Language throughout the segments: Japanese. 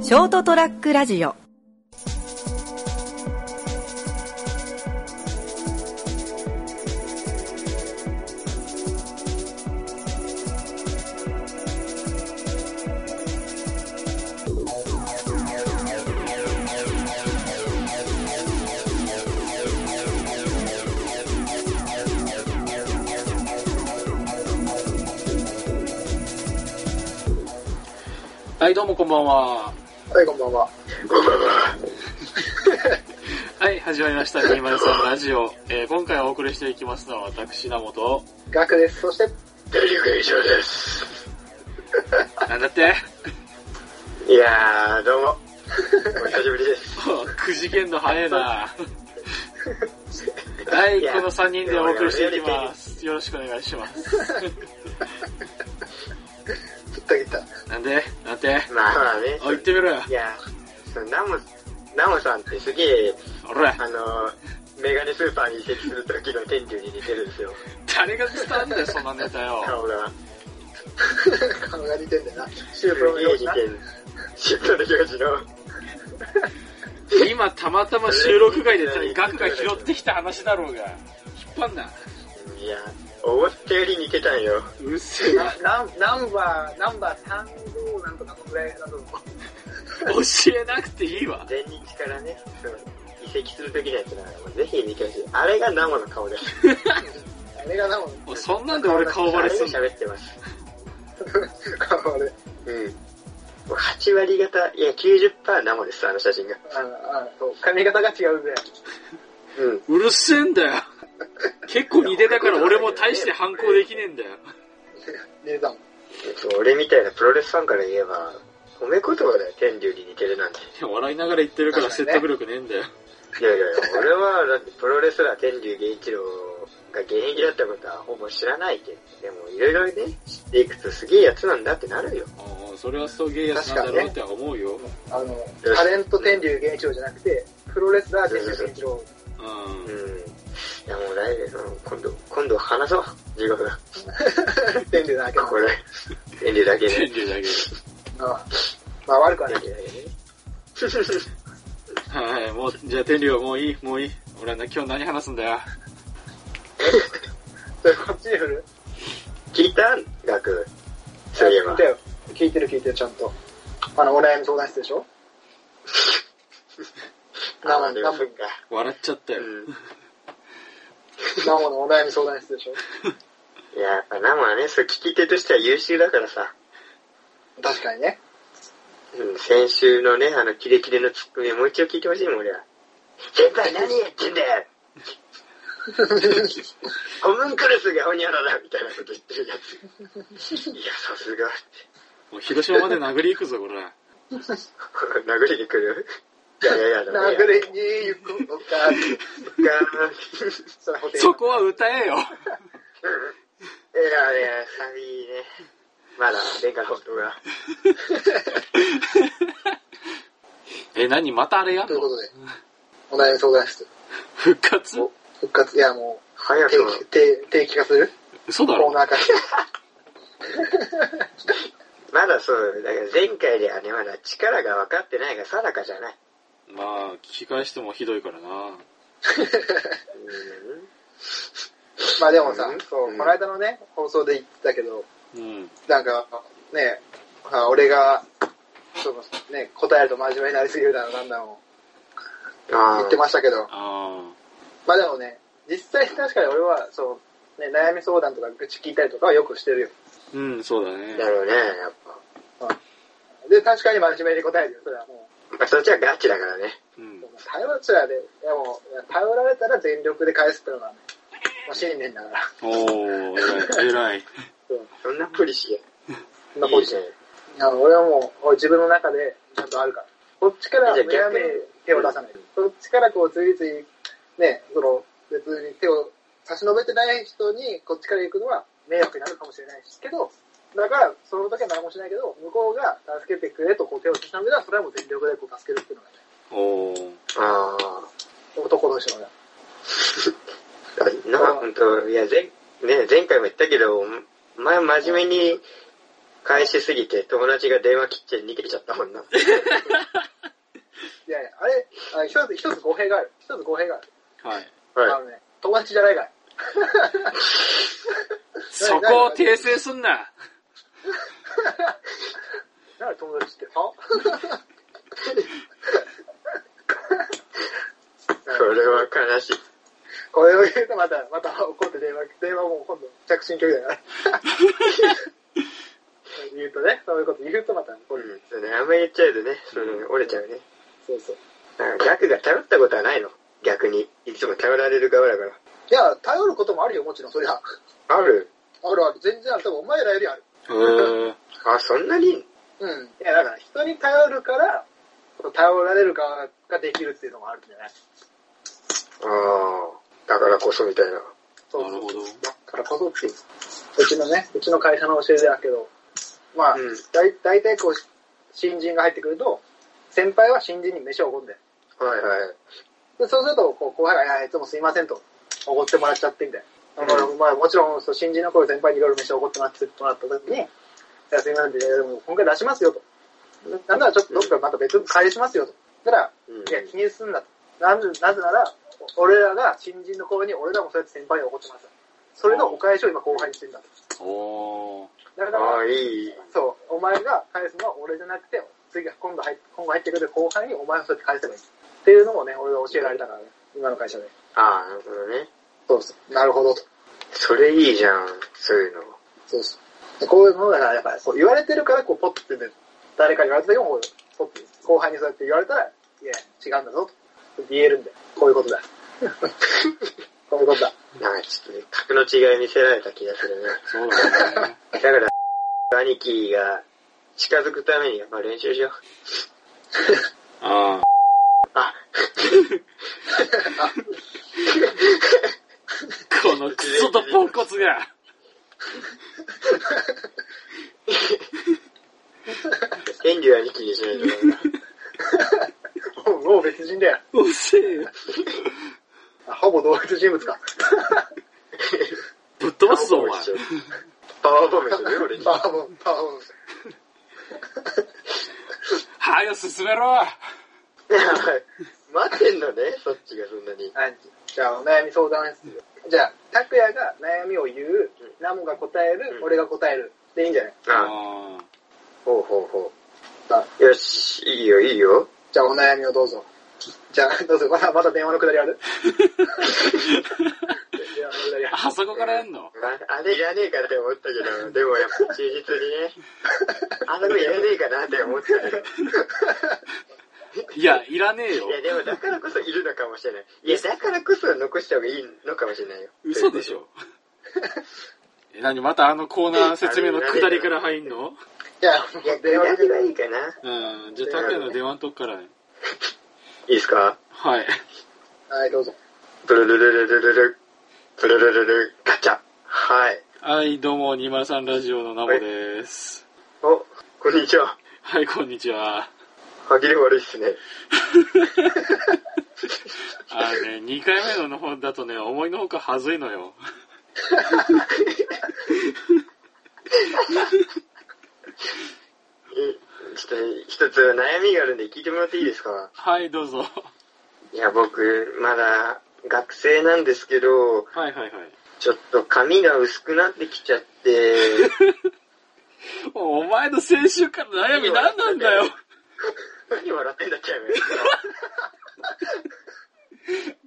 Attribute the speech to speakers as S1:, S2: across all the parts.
S1: ショートトラックラジオ
S2: はい、どうもこんばんは。
S3: はい、こんばんは。
S2: はい、始まりました。203ラジオ。えー今回お送りしていきますのは私、名本。
S3: ガクです。そして、
S4: デリュク以上です。
S2: なんだって
S4: いやー、どう も。お久しぶりです。
S2: もうくじけんの早いな。はい、この3人でお送りしていきます。よろしくお願いします。
S3: ぶった切った。
S2: なんでなんて
S4: まあまあね。
S2: おい、言ってみろよ
S4: い。やー、そのナモ、ナモさんってすげえ、
S2: おら、
S4: あのー、メガネスーパーに移籍する時の天竜に似てるんですよ、
S2: 誰が伝わんだよ、そんなネタよ。
S4: 顔が。
S3: 顔が似てんだよな。シュ
S4: す
S3: ープロの
S4: げえ
S3: 用
S4: 似て
S3: 紙
S4: る
S3: な。
S4: シュートの表示の。
S2: 今、たまたま収録外でガクが拾ってきた話だろうが。引っ張んな。
S4: いやー、思ったより似てたんよ。
S2: うっせえな。
S3: なナンバー、ナンバー35なんとかそのぐらいだと思う。
S2: 教えなくていいわ。
S4: 前日からね、その移籍する時のやつなら、もうぜひ見てほしい。あれがナモの顔です。
S3: あれがなもん。
S2: おいそんなんで俺顔バレすんの
S4: あれが喋ってます。
S3: 顔あれ。
S4: うん。もう8割方、いや、90%ナモです、あの写真が。
S3: ああ、そう。髪型が違うぜ。
S4: うん。
S2: うるせえんだよ。結構似てたから俺も大して反抗できねえんだよ。
S3: 姉さん。
S4: そう俺みたいなプロレスファンから言えば、褒め言葉だよ、天竜に似てるなんて。
S2: いや笑いながら言ってるから説得力ねえんだよ。
S4: いやいやいや、俺は、だってプロレスラー天竜源一郎が現役だったことはほぼ知らないけど、でもいろいろね、知っていくとすげえやつなんだってなるよ。
S2: おうそれはそうゲイやつなんだろうって思うよ。
S3: あの、タレント天竜源一郎じゃなくて、プロレスラー天竜源一郎。
S4: うん。
S2: う
S4: い
S2: ん。
S4: やもう大丈夫、今度、今度話そう。15分。
S3: 天竜なわけだ
S4: これ、天竜だ け
S2: 天
S4: で。
S2: 竜だけど。
S3: ああまあ悪くはな
S4: 天
S3: いけど。
S4: 竜だけでね。
S2: はい、もう、じゃあ天竜はもういい、もういい。俺はな今日何話すんだよ。
S3: それこっちに振る
S4: 聞いたガク。そういえば
S3: 聞いた。よ。聞いてる聞いてる、ちゃんと。あの、お悩み相談室で しょ
S4: あ、
S3: ナ
S4: ま
S3: モ
S4: あでも
S3: ナモ
S4: そっか。
S2: 笑っちゃったよ。
S4: うん。
S3: ナモのお悩み相談室でしょ
S4: いや、やっぱナモはね、そう聞き手としては優秀だからさ。
S3: 確かにね。
S4: うん、先週のね、あの、キレキレのツッコミをもう一度聞いてほしいもん、俺は。先輩何やってんだよ ホムンクルスがホニャラだみたいなこと言ってるやつ。いや、さすが。
S2: もう広島まで殴り行くぞ、これ。
S4: 殴りに来るいやいやいや、でもね
S3: 殴りに行くのかって。
S4: ガーン
S3: それホテル
S2: そこは歌えよ。
S4: いやいや、サビね。まだ、殿下のことが。
S2: え、何またあれやん
S3: という
S2: の
S3: ことで、お悩み相談室、
S2: 復活
S4: お
S3: 復活、いやも
S4: 早
S3: う、
S4: く
S3: 定
S4: も
S3: 期、定定期化する
S2: 嘘だ
S3: コー
S2: ろ
S3: ナー化 して。
S4: まだそう、だから前回ではね、まだ力が分かってないが定かじゃない。
S2: まあ、聞き返してもひどいからな。
S4: う
S3: まあでもさ、そうう、
S4: ん
S3: この間のね、放送で言ってたけど、
S2: うん。
S3: なんか、ね、あ俺が、そのね、答えると真面目になりすぎるだろ、なんだろ
S4: ん。あ
S3: 言ってましたけど、
S2: あ
S3: まあでもね、実際確かに俺は、そう、ね、悩み相談とか愚痴聞いたりとかはよくしてるよ。
S2: あ。うん、そうだね。
S4: だろうね、やっぱ。
S3: で、確かに真面目に答えるよ、それはもう。
S4: まあ、そっちはガチだからね。
S2: うん。
S3: 頼っちゃで、いやもう、頼られたら全力で返すってのが、ね、まあ、信念だから。
S2: おー、偉い、偉い。
S4: そんなポリシーや。
S3: そんなポジション。いや俺はもう、自分の中でちゃんとあるから。こっちから
S4: じゃあ
S3: 悩
S4: 逆
S3: み
S4: に
S3: に手を出さない。こっちからこう、次々、ね、その、別に手を差し伸べてない人に、こっちから行くのは迷惑になるかもしれないし、けど、だから、その時は何もしないけど、向こうが助けてくれとこう手を差し伸べたら、それはもう全力でこう助けるっていうのがね、
S2: おー。
S4: あ
S3: 男同士のね。
S4: あ。なあ、ほんと、いや、前、ね、前回も言ったけど、お前真面目に返しすぎて友達が電話切って逃げちゃったもんな。
S3: いやいや、あれ、あ一つ、一つ語弊がある。一つ語弊がある。
S2: はい。
S3: あ
S4: はい。
S3: のね、友達じゃないから。
S2: そこを訂正すんな。
S3: なんで友達っては
S4: これは悲しい。
S3: これを言うとまた、また怒って電話、電話もう今度着信拒否だから。言うとね、そういうこと言うとまた怒
S4: う
S3: る。
S4: ん。それねあんまり言っちゃうとね、その折れちゃうね。
S3: そうそう。
S4: なんか逆が頼ったことはないの。逆に。いつも頼られる側だから。
S3: いや、頼ることもあるよ、もちろん、そりゃ。あ
S4: ある
S3: るある、全然ある。多分お前らよりある。
S2: うーん。
S4: あ、そんなに
S3: うん。いや、だから人に頼るから、頼られる側ができるっていうのもあるんじゃない
S4: ああ、だからこそみたいな。
S3: そう
S2: なるほど
S3: だからこそっていう。うちのね、うちの会社の教えだけど、まあ、
S4: うん
S3: だい大体こう、新人が入ってくると、先輩は新人に飯をおごんで。
S4: はいはい。
S3: で、そうすると、こう、後輩が、いや、いつもすいませんと、おごってもらっちゃって、みたいな。まあ
S4: う
S3: まあ、もちろん、そう新人の頃先輩にいろいろ飯をおごってもらってもらった時に、いや、すいませんで、いやでも今回出しますよと。なんならちょっとどっかまた別に返しますよと。そしたら、
S4: うん
S3: いや、気にすんなと。なんでなぜなら、お俺らが新人の頃に俺らもそうやって先輩に怒ってました。それのお返しを今後輩にしてんだと。
S2: おー。
S3: だか
S4: ああ、
S3: ら、
S4: いい。
S3: そう、お前が返すのは俺じゃなくて、次、今度入って、今後入ってくる後輩にお前もそうやって返せばいい。っていうのもね、俺が教えられたからね、今の会社で。
S4: ああ、なるほどね。
S3: そうそう。なるほどと。
S4: それいいじゃん、そういうの。
S3: そうそう。でこういうのが、やっぱりそう言われてるから、こう、ポッてね、誰かに言われた時もこう、ポッて、後輩にそうやって言われたら、いや、違うんだぞと。言えるんだよ。こういうことだ。 こういうことだ。
S4: なんかちょっとね、格の違い見せられた気がするね。
S2: そうだね。
S4: だから、兄貴が近づくためにやっぱ練習しよう。
S2: あー
S4: あ、
S2: このクソとポンコツが。
S4: 天竜兄貴にしないとダメだ。
S3: もうもう別人だよ。
S2: うっせえよ。
S3: あほぼ同一人物 か。
S2: ぶっ飛ばすぞ、お前。
S4: パワーボムするよ、俺に。
S3: パワーボム、パワーボム。
S2: はよ進めろ。
S4: 待ってんのね、そっちがそんなに。
S3: はい。じゃあ、お悩み相談室。じゃあ、拓也が悩みを言う、ナモが答える、
S4: うん
S3: 俺が答える。でいいんじゃない
S4: あ、
S2: あ
S4: ほうほうほ
S3: さあ
S4: う。よし、いいよ、いいよ。
S3: じゃあ、お悩みをどうぞ。じゃあ、どうぞ。まだ、まだ電話のくだりある電話のくだりあ る
S2: ー。あそこからやんの
S4: ああれいらねえかなって思ったけど、でもやっぱ忠実にね、あそこいらねえかなって思ったけど、
S2: いや、いらねえよ
S4: い。やでもだからこそいるのかもしれない。いやだからこそ残した方がいいのかもしれないよ。
S2: 嘘でし ょ。え、なにまたあのコーナー説明の下りから入んの
S3: いや、
S4: いや、
S3: もう
S4: 電
S3: 電話
S4: 話
S3: のくだ
S4: が
S3: り。
S4: いいかな。
S2: うん、じゃあ、拓也の電話のとこからね。
S4: いいですか
S2: はい。
S3: はい、どうぞ。
S4: ブルルルルルルル、ブルルルル、ガチャ。はい。
S2: はい、どうも、203ラジオのナボです。
S4: お、こんにちは。
S2: はい、こんにちは。
S4: 歯切れ悪いっすね。
S2: あのね、2回目の方だとね、思いのほかはずいのよ。
S4: えちょっとね一つ悩みがあるんで聞いてもらっていいですか
S2: はい、どうぞ。
S4: いや、僕、まだ学生なんですけど、
S2: はいはいはい。
S4: ちょっと髪が薄くなってきち ゃって、
S2: お前の先週からの悩み何なんだよ。
S4: 何笑ってんだっけ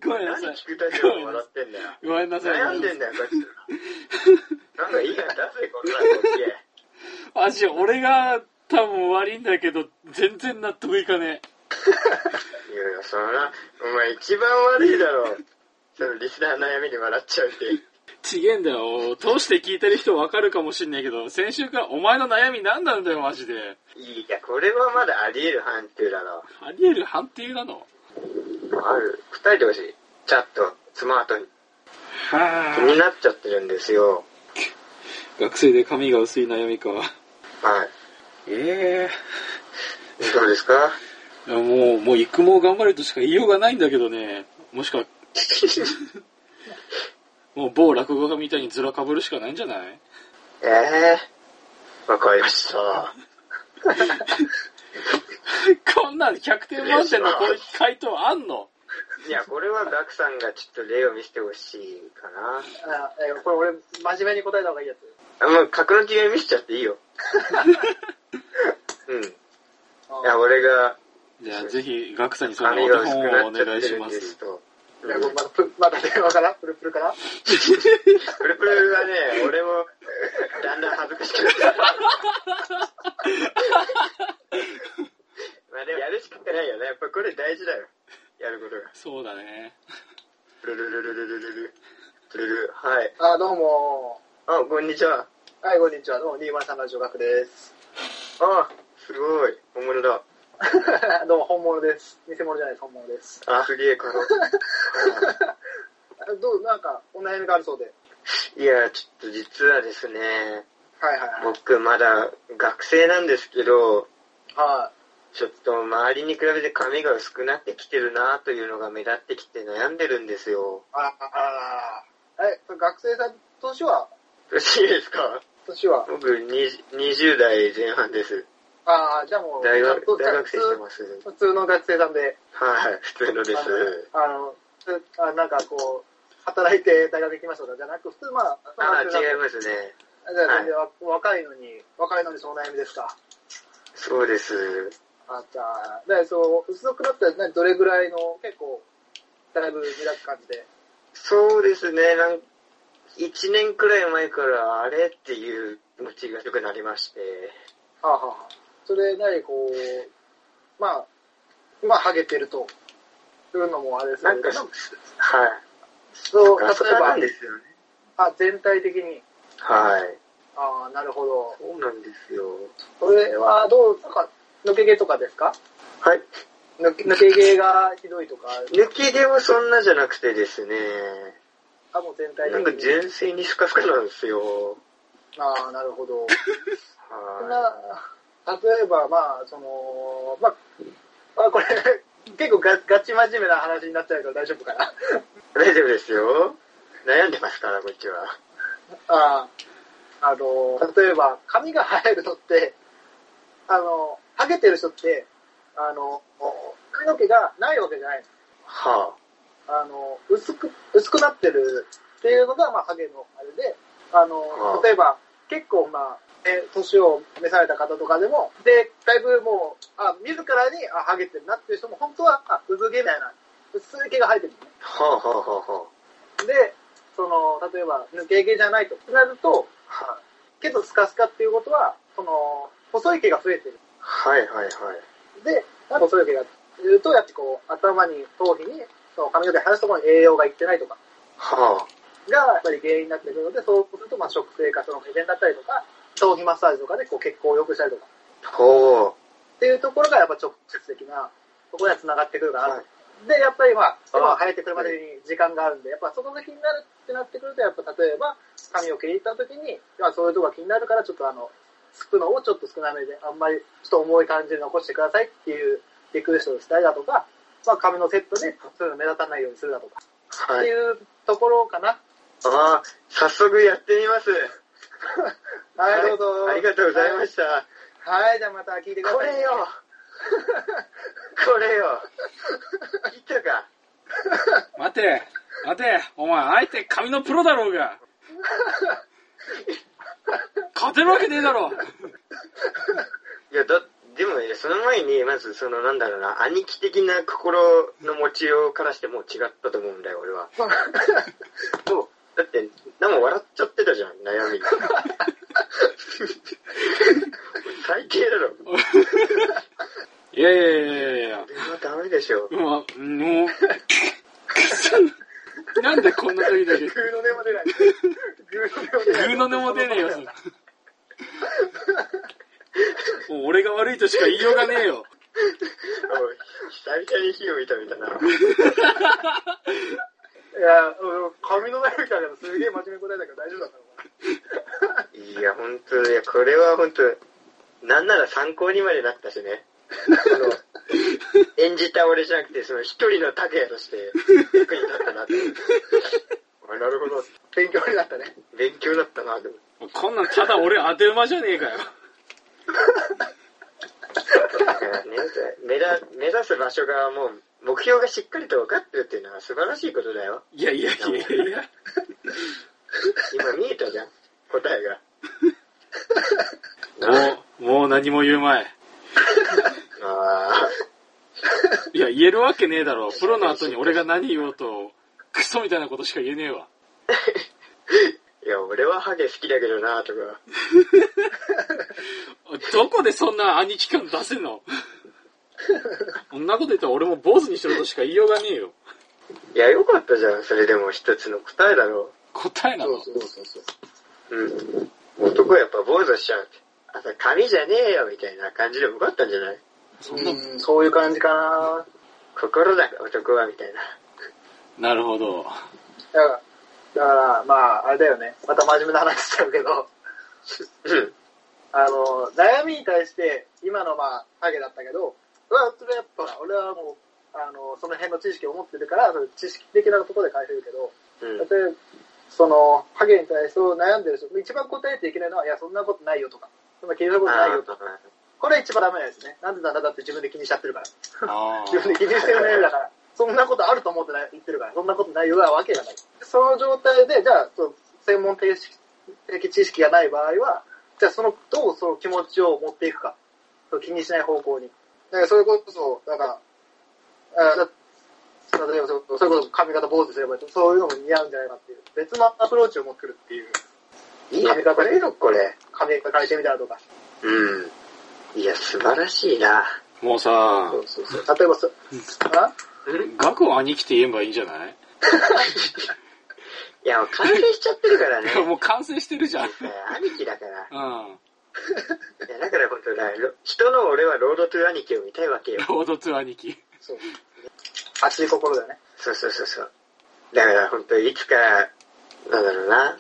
S2: ご めんな
S4: 何
S2: さい。
S4: 聞くたちは笑ってんだよ。
S2: ごめんなさい。
S4: 悩んでんだよ、こっちは。なんかいいから出せ、こんなのこっちへ。
S2: マジ、俺が多分悪いんだけど、全然納得いかね
S4: いやいや、そんな、お前一番悪いだろ。そのリスナーの悩みに笑っちゃうって。
S2: え。ちげえんだよ。通して聞いてる人わかるかもしんないけど、先週からお前の悩み何なんだよ、マジで。
S4: いや、これはまだあり得る範疇だろ。
S2: ありえる判定なの
S4: ある。二人でほしい。チャット、スマートに。気
S2: は
S4: になっちゃってるんですよ。
S2: ぁ。学生で髪が薄い悩みか。
S4: はい。
S2: え
S4: どうですか
S2: えもう、もう育毛頑張るとしか言いようがないんだけどね。もし くは、もう某落語家みたいにずらかぶるしかないんじゃない
S4: ええわかりました。
S2: こんなん100点満点のこういう回答あんの
S4: いや、これはガクさんがちょっと例を見せてほしいかな。
S3: あえーこれ俺、真面目に答えた方がいいやつ。
S4: あもう格の違い見せちゃっていいよ。うん。い
S3: あ
S4: や、俺が
S2: じゃあぜひ、ガクさんにそのお
S4: 髪
S2: 手
S4: が薄
S2: 本
S4: く
S2: を
S4: な
S2: お
S4: っちゃ
S2: 願い
S4: って
S2: し
S4: るん
S2: ま
S4: です
S2: す。
S4: と。
S3: いやまだプ、まだ電話かなプルプルかな
S4: プルプルは ね、俺も、だんだん恥ずかしくなってる。まあでもやるしかないよね。やっぱこれ大事だよ。やることが。
S2: そうだね。
S4: プルルルルルルルル。プルルル。はい。
S3: あ、どうも。
S4: あ、こんにちは。
S3: はい、こんにちは。どうも、203ラジオ学です。
S4: あ、すごい。本物だ。
S3: どうも、本物です。偽物じゃないです、本物です。
S4: あ、すげえ、この。
S3: あどう、なんか、お悩みがあるそうで。
S4: いや、ちょっと実はですね、
S3: はいはいはい。
S4: 僕まだ学生なんですけど、
S3: は
S4: ちょっと周りに比べて髪が薄くなってきてるなというのが目立ってきて悩んでるんですよ。
S3: い。あ、あ、あえ、学生さん、年は
S4: よろしいですか
S3: 年は
S4: 僕20 20代前半です。
S3: ああ、じゃあもう、
S4: 大
S3: ちゃんと
S4: 学、大学
S3: 普
S4: 生してます。
S3: 通普通の学生さんで、
S4: はい、普通のです。
S3: あの、ふあなんかこう、働いて大学行きましたとかじゃなく、普通、まあ、
S4: ああ、違
S3: 普通の
S4: い
S3: 学
S4: ますね。
S3: 生じゃあ全然わ若いのに、若いのにその悩みですか。
S4: そうです。
S3: あじゃあ、で、そう、薄くなったら何どれぐらいの、結構、だいぶ目立つ感じで。
S4: そうですね、なん1年くらい前からあれっていう気持ちが強くなりまして、
S3: はあ、はあはあ、それ、何こう、まあ、まあ、ハゲてると。いうのもあれです
S4: なんか、
S3: そ
S4: はい。
S3: そう、例
S4: ガサ
S3: え
S4: な
S3: ば
S4: ん、ですよね。
S3: あ、全体的に。
S4: はい。
S3: ああ、なるほど。
S4: そうなんですよ。
S3: それはどう、なんか、抜け毛とかですか
S4: はい。
S3: 抜け抜け毛がひどいとか、
S4: 抜け毛はそんなじゃなくてですね、
S3: あ、もう全体
S4: なん
S3: 的
S4: か
S3: に。
S4: 純粋にスカスカなんですよ。
S3: ああ、なるほど。そんな
S4: は、
S3: 例えば、まあ、その、まあ、まあ、これ、 結構ガガチ真面目な話になっちゃうから大丈夫かな。
S4: い。大丈夫ですよ。悩んでますから、こっちは。
S3: ああ、あの、例えば、髪が生えるのって、あの、ハゲてる人って、あの、髪の毛がないわけじゃない
S4: は
S3: あの、薄く、薄くなってるっていうのが、まあ、ハゲのあれで、あ
S4: あ
S3: の、
S4: あ
S3: 例えば、結構、まあ、え、年を召された方とかでも、で、だいぶもう、あ、自らに、あ、ハゲてるなっていう人も、本当は、あ、薄毛みたいな、薄い毛が生えてるのね
S4: あ。。はあ、はあ、はあ、は
S3: で、その、例えば、抜け毛じゃないとなると、
S4: あ。
S3: けど、スカスカっていうことは、その、細い毛が増えてる。
S4: はい、はい、はい。
S3: で、なんか細い毛が、言うと、やっぱこう、頭に、頭皮に、その髪の毛生やすところに栄養がいってないとか、
S4: は
S3: がやっぱり原因になってくるので、そうするとまあ食生活の改善だったりとか、頭皮マッサージとかでこう血行を良くしたりとか
S4: あ。ほ
S3: っていうところがやっぱ直接的なところには繋がってくるか
S4: う。
S3: な、
S4: はい。
S3: で、やっぱりまあ、
S4: あ
S3: 今生えてくるまでに時間があるんで、やっぱその時になるってなってくると、やっぱ例えば髪を切り入った時に、まあそういうとこが気になるからちょっとあの、すくのをちょっと少なめで、あんまりちょっと重い感じで残してくださいっていうリクエストをしたりだとか、まあ髪のセットでそういうの目立たないようにするだとか、
S4: は
S3: って
S4: い。
S3: いうところかな。
S4: ああ、早速やってみます。
S3: はい、どうぞ。
S4: ありがとうございました。
S3: はい、じゃあまた聞いてください。
S4: これ よ。これ よ。聞いたか。
S2: 待て、待て、お前、相手髪のプロだろうが。勝てるわけねえだろ。
S4: いや、だ、でもね、その前に、まず、その、なんだろうな、兄貴的な心の持ちようからしてもう違ったと思うんだよ、俺は。もう、だって、何も笑っちゃってたじゃん、悩みに。最低だろ。
S2: いやいやいやいやいや
S4: こ。れはダメでしょ。
S2: う わ、もう。なんでこんな時だけ、
S3: グーの音も出ない。グーの音も出
S2: グ
S3: ない。
S2: ーの音も出ねえよ。もう俺が悪いとしか言いようがねえよ。
S4: おい久々に火を見たみたいな。
S3: いや、うん髪の悩みからすげえ真面目に答えたけど大丈夫だったのか
S4: いや、本当いや、これは本当なんなら参考にまでなったしね。そ の演じた俺じゃなくて、その一人の拓也として役に立ったなって。あなるほど。
S3: な勉強になったね。
S4: 勉強になったな、でも。
S2: こんなんただ俺当て馬じゃねえかよ。
S4: だからね、目だ目指す場所がもう、目標がしっかりと分かってるっていうのは素晴らしいことだよ。
S2: いやいやいやいや。
S4: 今見えたじゃん、答えが。
S2: もう、もう何も言うまい。
S4: あ
S2: いや、言えるわけねえだろ。プロの後に俺が何言おうと、クソみたいなことしか言えねえわ。
S4: あ、いや、俺はハゲ好きだけどなとか、
S2: どこでそんな兄貴感出せん のそんなこと言ったら俺も坊主にしてるとしか言いようがねえよ。
S4: いや、よかったじゃん、それでも一つの答えだろ
S2: 答えなの。
S3: そうそうそう。
S4: う。うん。男はやっぱ坊主しちゃうって。あ、それ髪じゃねえよ、みたいな感じでもよかったんじゃない
S2: そんな、
S3: うんそういう感じかな
S4: 心だ、男は、みたいな。
S2: なるほど。
S3: だから、だからまあ、あれだよね。また真面目な話しちゃうけ ど、
S4: うん。
S3: あの、悩みに対して、今のまあ、ハゲだったけど、うわ、それやっぱ、俺はもう、あの、その辺の知識を持ってるから、その知識的なところで返せるけど、
S4: うん
S3: だっ。て、その、ハゲに対して悩んでる人、一番答えていけないのは、いや、そんなことないよとか、そんな気にすることないよとか、これ一番ダメですね。なんでなんだだって自分で気にしちゃってるから。
S2: あ
S3: 自分で気にしてるメールだから。そんなことあると思ってない言ってるから、そんなことないようなわけがない。その状態で、じゃあ、そう専門的知識がない場合は、じゃあ、その、どうその気持ちを持っていくか。そう気にしない方向に。だから、それこそ、だから、あだ例えばそう、それこそ髪型坊主にすれば、そういうのも似合うんじゃないかっていう。別のアプローチを持ってくるっていう。
S4: いいや、これよ、これ。
S3: 髪型変えてみたらとか。
S4: うん。いや、素晴らしいな。
S2: もうさ
S3: そ、うそうそう。例えばそ、あ
S4: うん
S2: 学を兄貴って言えばいいんじゃない
S4: いや、もう完成しちゃってるからね。
S2: いや もう完成してるじゃん。
S4: いや兄貴だから。
S2: うん。
S4: いや、だから本当だ。ろ人の俺はロードトゥ兄貴を見たいわけよ。
S2: ロードツー兄貴。
S3: そう。熱い心だよね。
S4: そうそうそうそう。だから本当いつか、なんだろうな。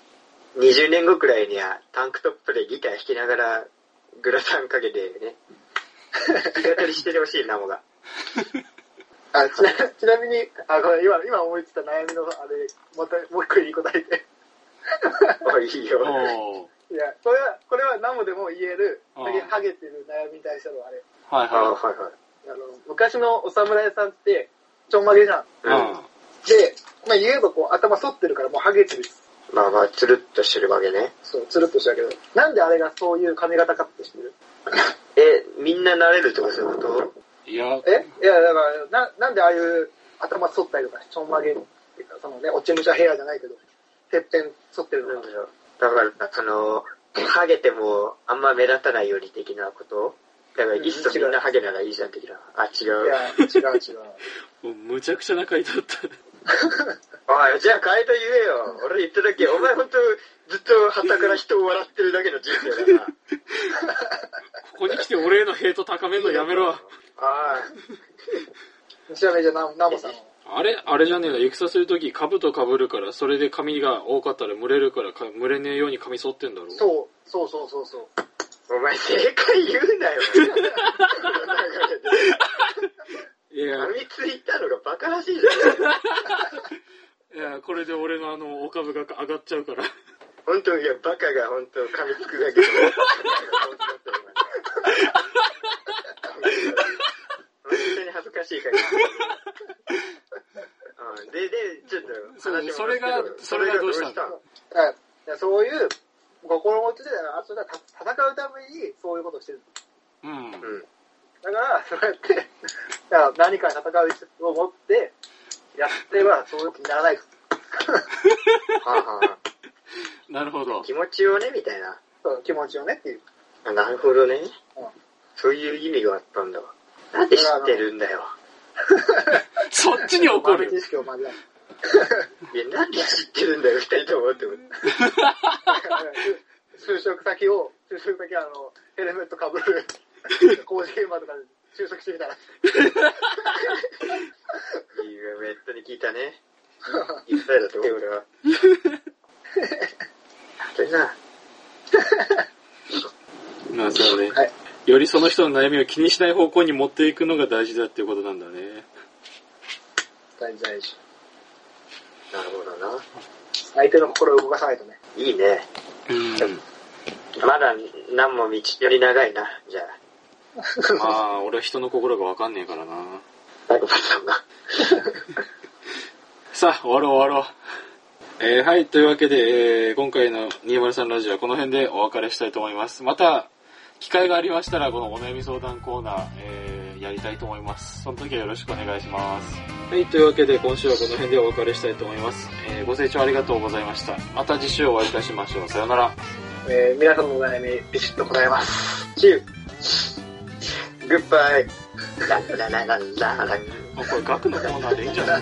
S4: 20年後くらいにはタンクトップでギター弾きながらグラサンかけてね。弾き語りしててほしいな、もが。
S3: あちなちなみにあごめん今今思いついた悩みのあれまたもう一個言い答えて
S4: おいいいよ。
S2: おー
S3: いやこれはこれは何もでも言える
S2: ああ
S3: ハゲてる悩みに対してのあれ
S2: はい
S4: あは
S2: はい
S3: あの昔のお侍さんってちょんまげじゃん
S2: い。う
S4: いはい。うん
S2: ん。
S3: で、まあ、言えばこう頭反ってるからもうハゲてる
S4: まあまあ、つるっとしてるわけね。
S3: そうつるっとしたけどなんであれがそういう髪型かって知ってる
S4: え、みんな慣れるってことそういうこ
S2: いや、
S3: えいやだからななんでああいう頭反ったりとかちょんまげっていうかそのね落ち武者ヘアじゃないけどてっぺん反ってる
S4: と
S3: の
S4: なん
S3: が
S4: だろう。だから、その、ハゲてもあんま目立たないように的なことだから、いっそみんなハゲならいいじゃん的な。あ、違。
S3: いうや違う違う
S2: もうむちゃくちゃな回答だった。
S4: おい、じゃあ変えと言えよ。俺言っただけ、お前ほんと、ずっと旗から人を笑ってるだけの人生だな。
S2: ここに来て俺へのヘイト高めんのやめろ。
S4: お
S3: ちなみにじゃあナナモさんは
S2: あれあれじゃねえな。戦するとき、兜被るから、それで髪が多かったら蒸れるから、か蒸れねえように髪剃ってんだろ。
S3: そう、そうそうそうそう。
S4: い。お前正解言うなよ。
S2: いや、
S4: 噛みついたのがバカらしいじゃん。
S2: いや、これで俺のあの、お株が上がっちゃうから。
S4: ほんと、いや、バカがほんと噛みつくだけで。本当に恥ずかしいから。うんで、で、ちょっと話戻すけど、
S2: それがそれがどうしたの
S4: の
S3: だからだからそういう心持ちで、あとはた戦うためにそういうことをしてる。
S2: うん。
S4: うん。
S3: だから、そうやって、だから何かに戦う意識を持って、やってればそういう気にならないと。
S4: はあはあ
S2: なるほど。
S4: 気持ちをね、みたいな。
S3: そう気持ちをねっていう。
S4: あなるほどね
S3: うん。
S4: そういう意味があったんだわ。なんで知ってるんだよ。
S2: そっちに怒
S3: 豆知
S2: る。
S3: 識を交えない。
S4: いや、なんで知ってるんだよ、二人ともって思って。
S3: 就職先を、就職先はあの、ヘルメットかぶる、工事現場とかで就職してみたら、
S4: いや、ネットに聞いたね。 一歳だと思う、俺は。それな。
S2: まあそうね
S3: はい。
S2: よりその人の悩みを気にしない方向に持っていくのが大事だっていうことなんだね。
S3: 大事大事。
S4: なるほどな。
S3: 相手の心を動かさないとね。
S4: いいね。
S2: うん。
S4: まだ何も道より長いな、じゃあ。
S2: まあ、俺は人の心がわかんねえからな。
S4: 大悟さんが。
S2: さあ、終わろう終わろう。えーはい、というわけで、えー今回の203ラジオはこの辺でお別れしたいと思います。また、機会がありましたら、このお悩み相談コーナー、えーやりたいと思います。その時はよろしくお願いします。はい、というわけで、今週はこの辺でお別れしたいと思います。えーご清聴ありがとうございました。また次週お会いいたしましょう。さようなら。
S3: えー皆さんのお悩み、ビシッと答えます。
S4: チュー。グッバイ。ララララララ。
S2: あこれ、額のコーナーでいいんじゃない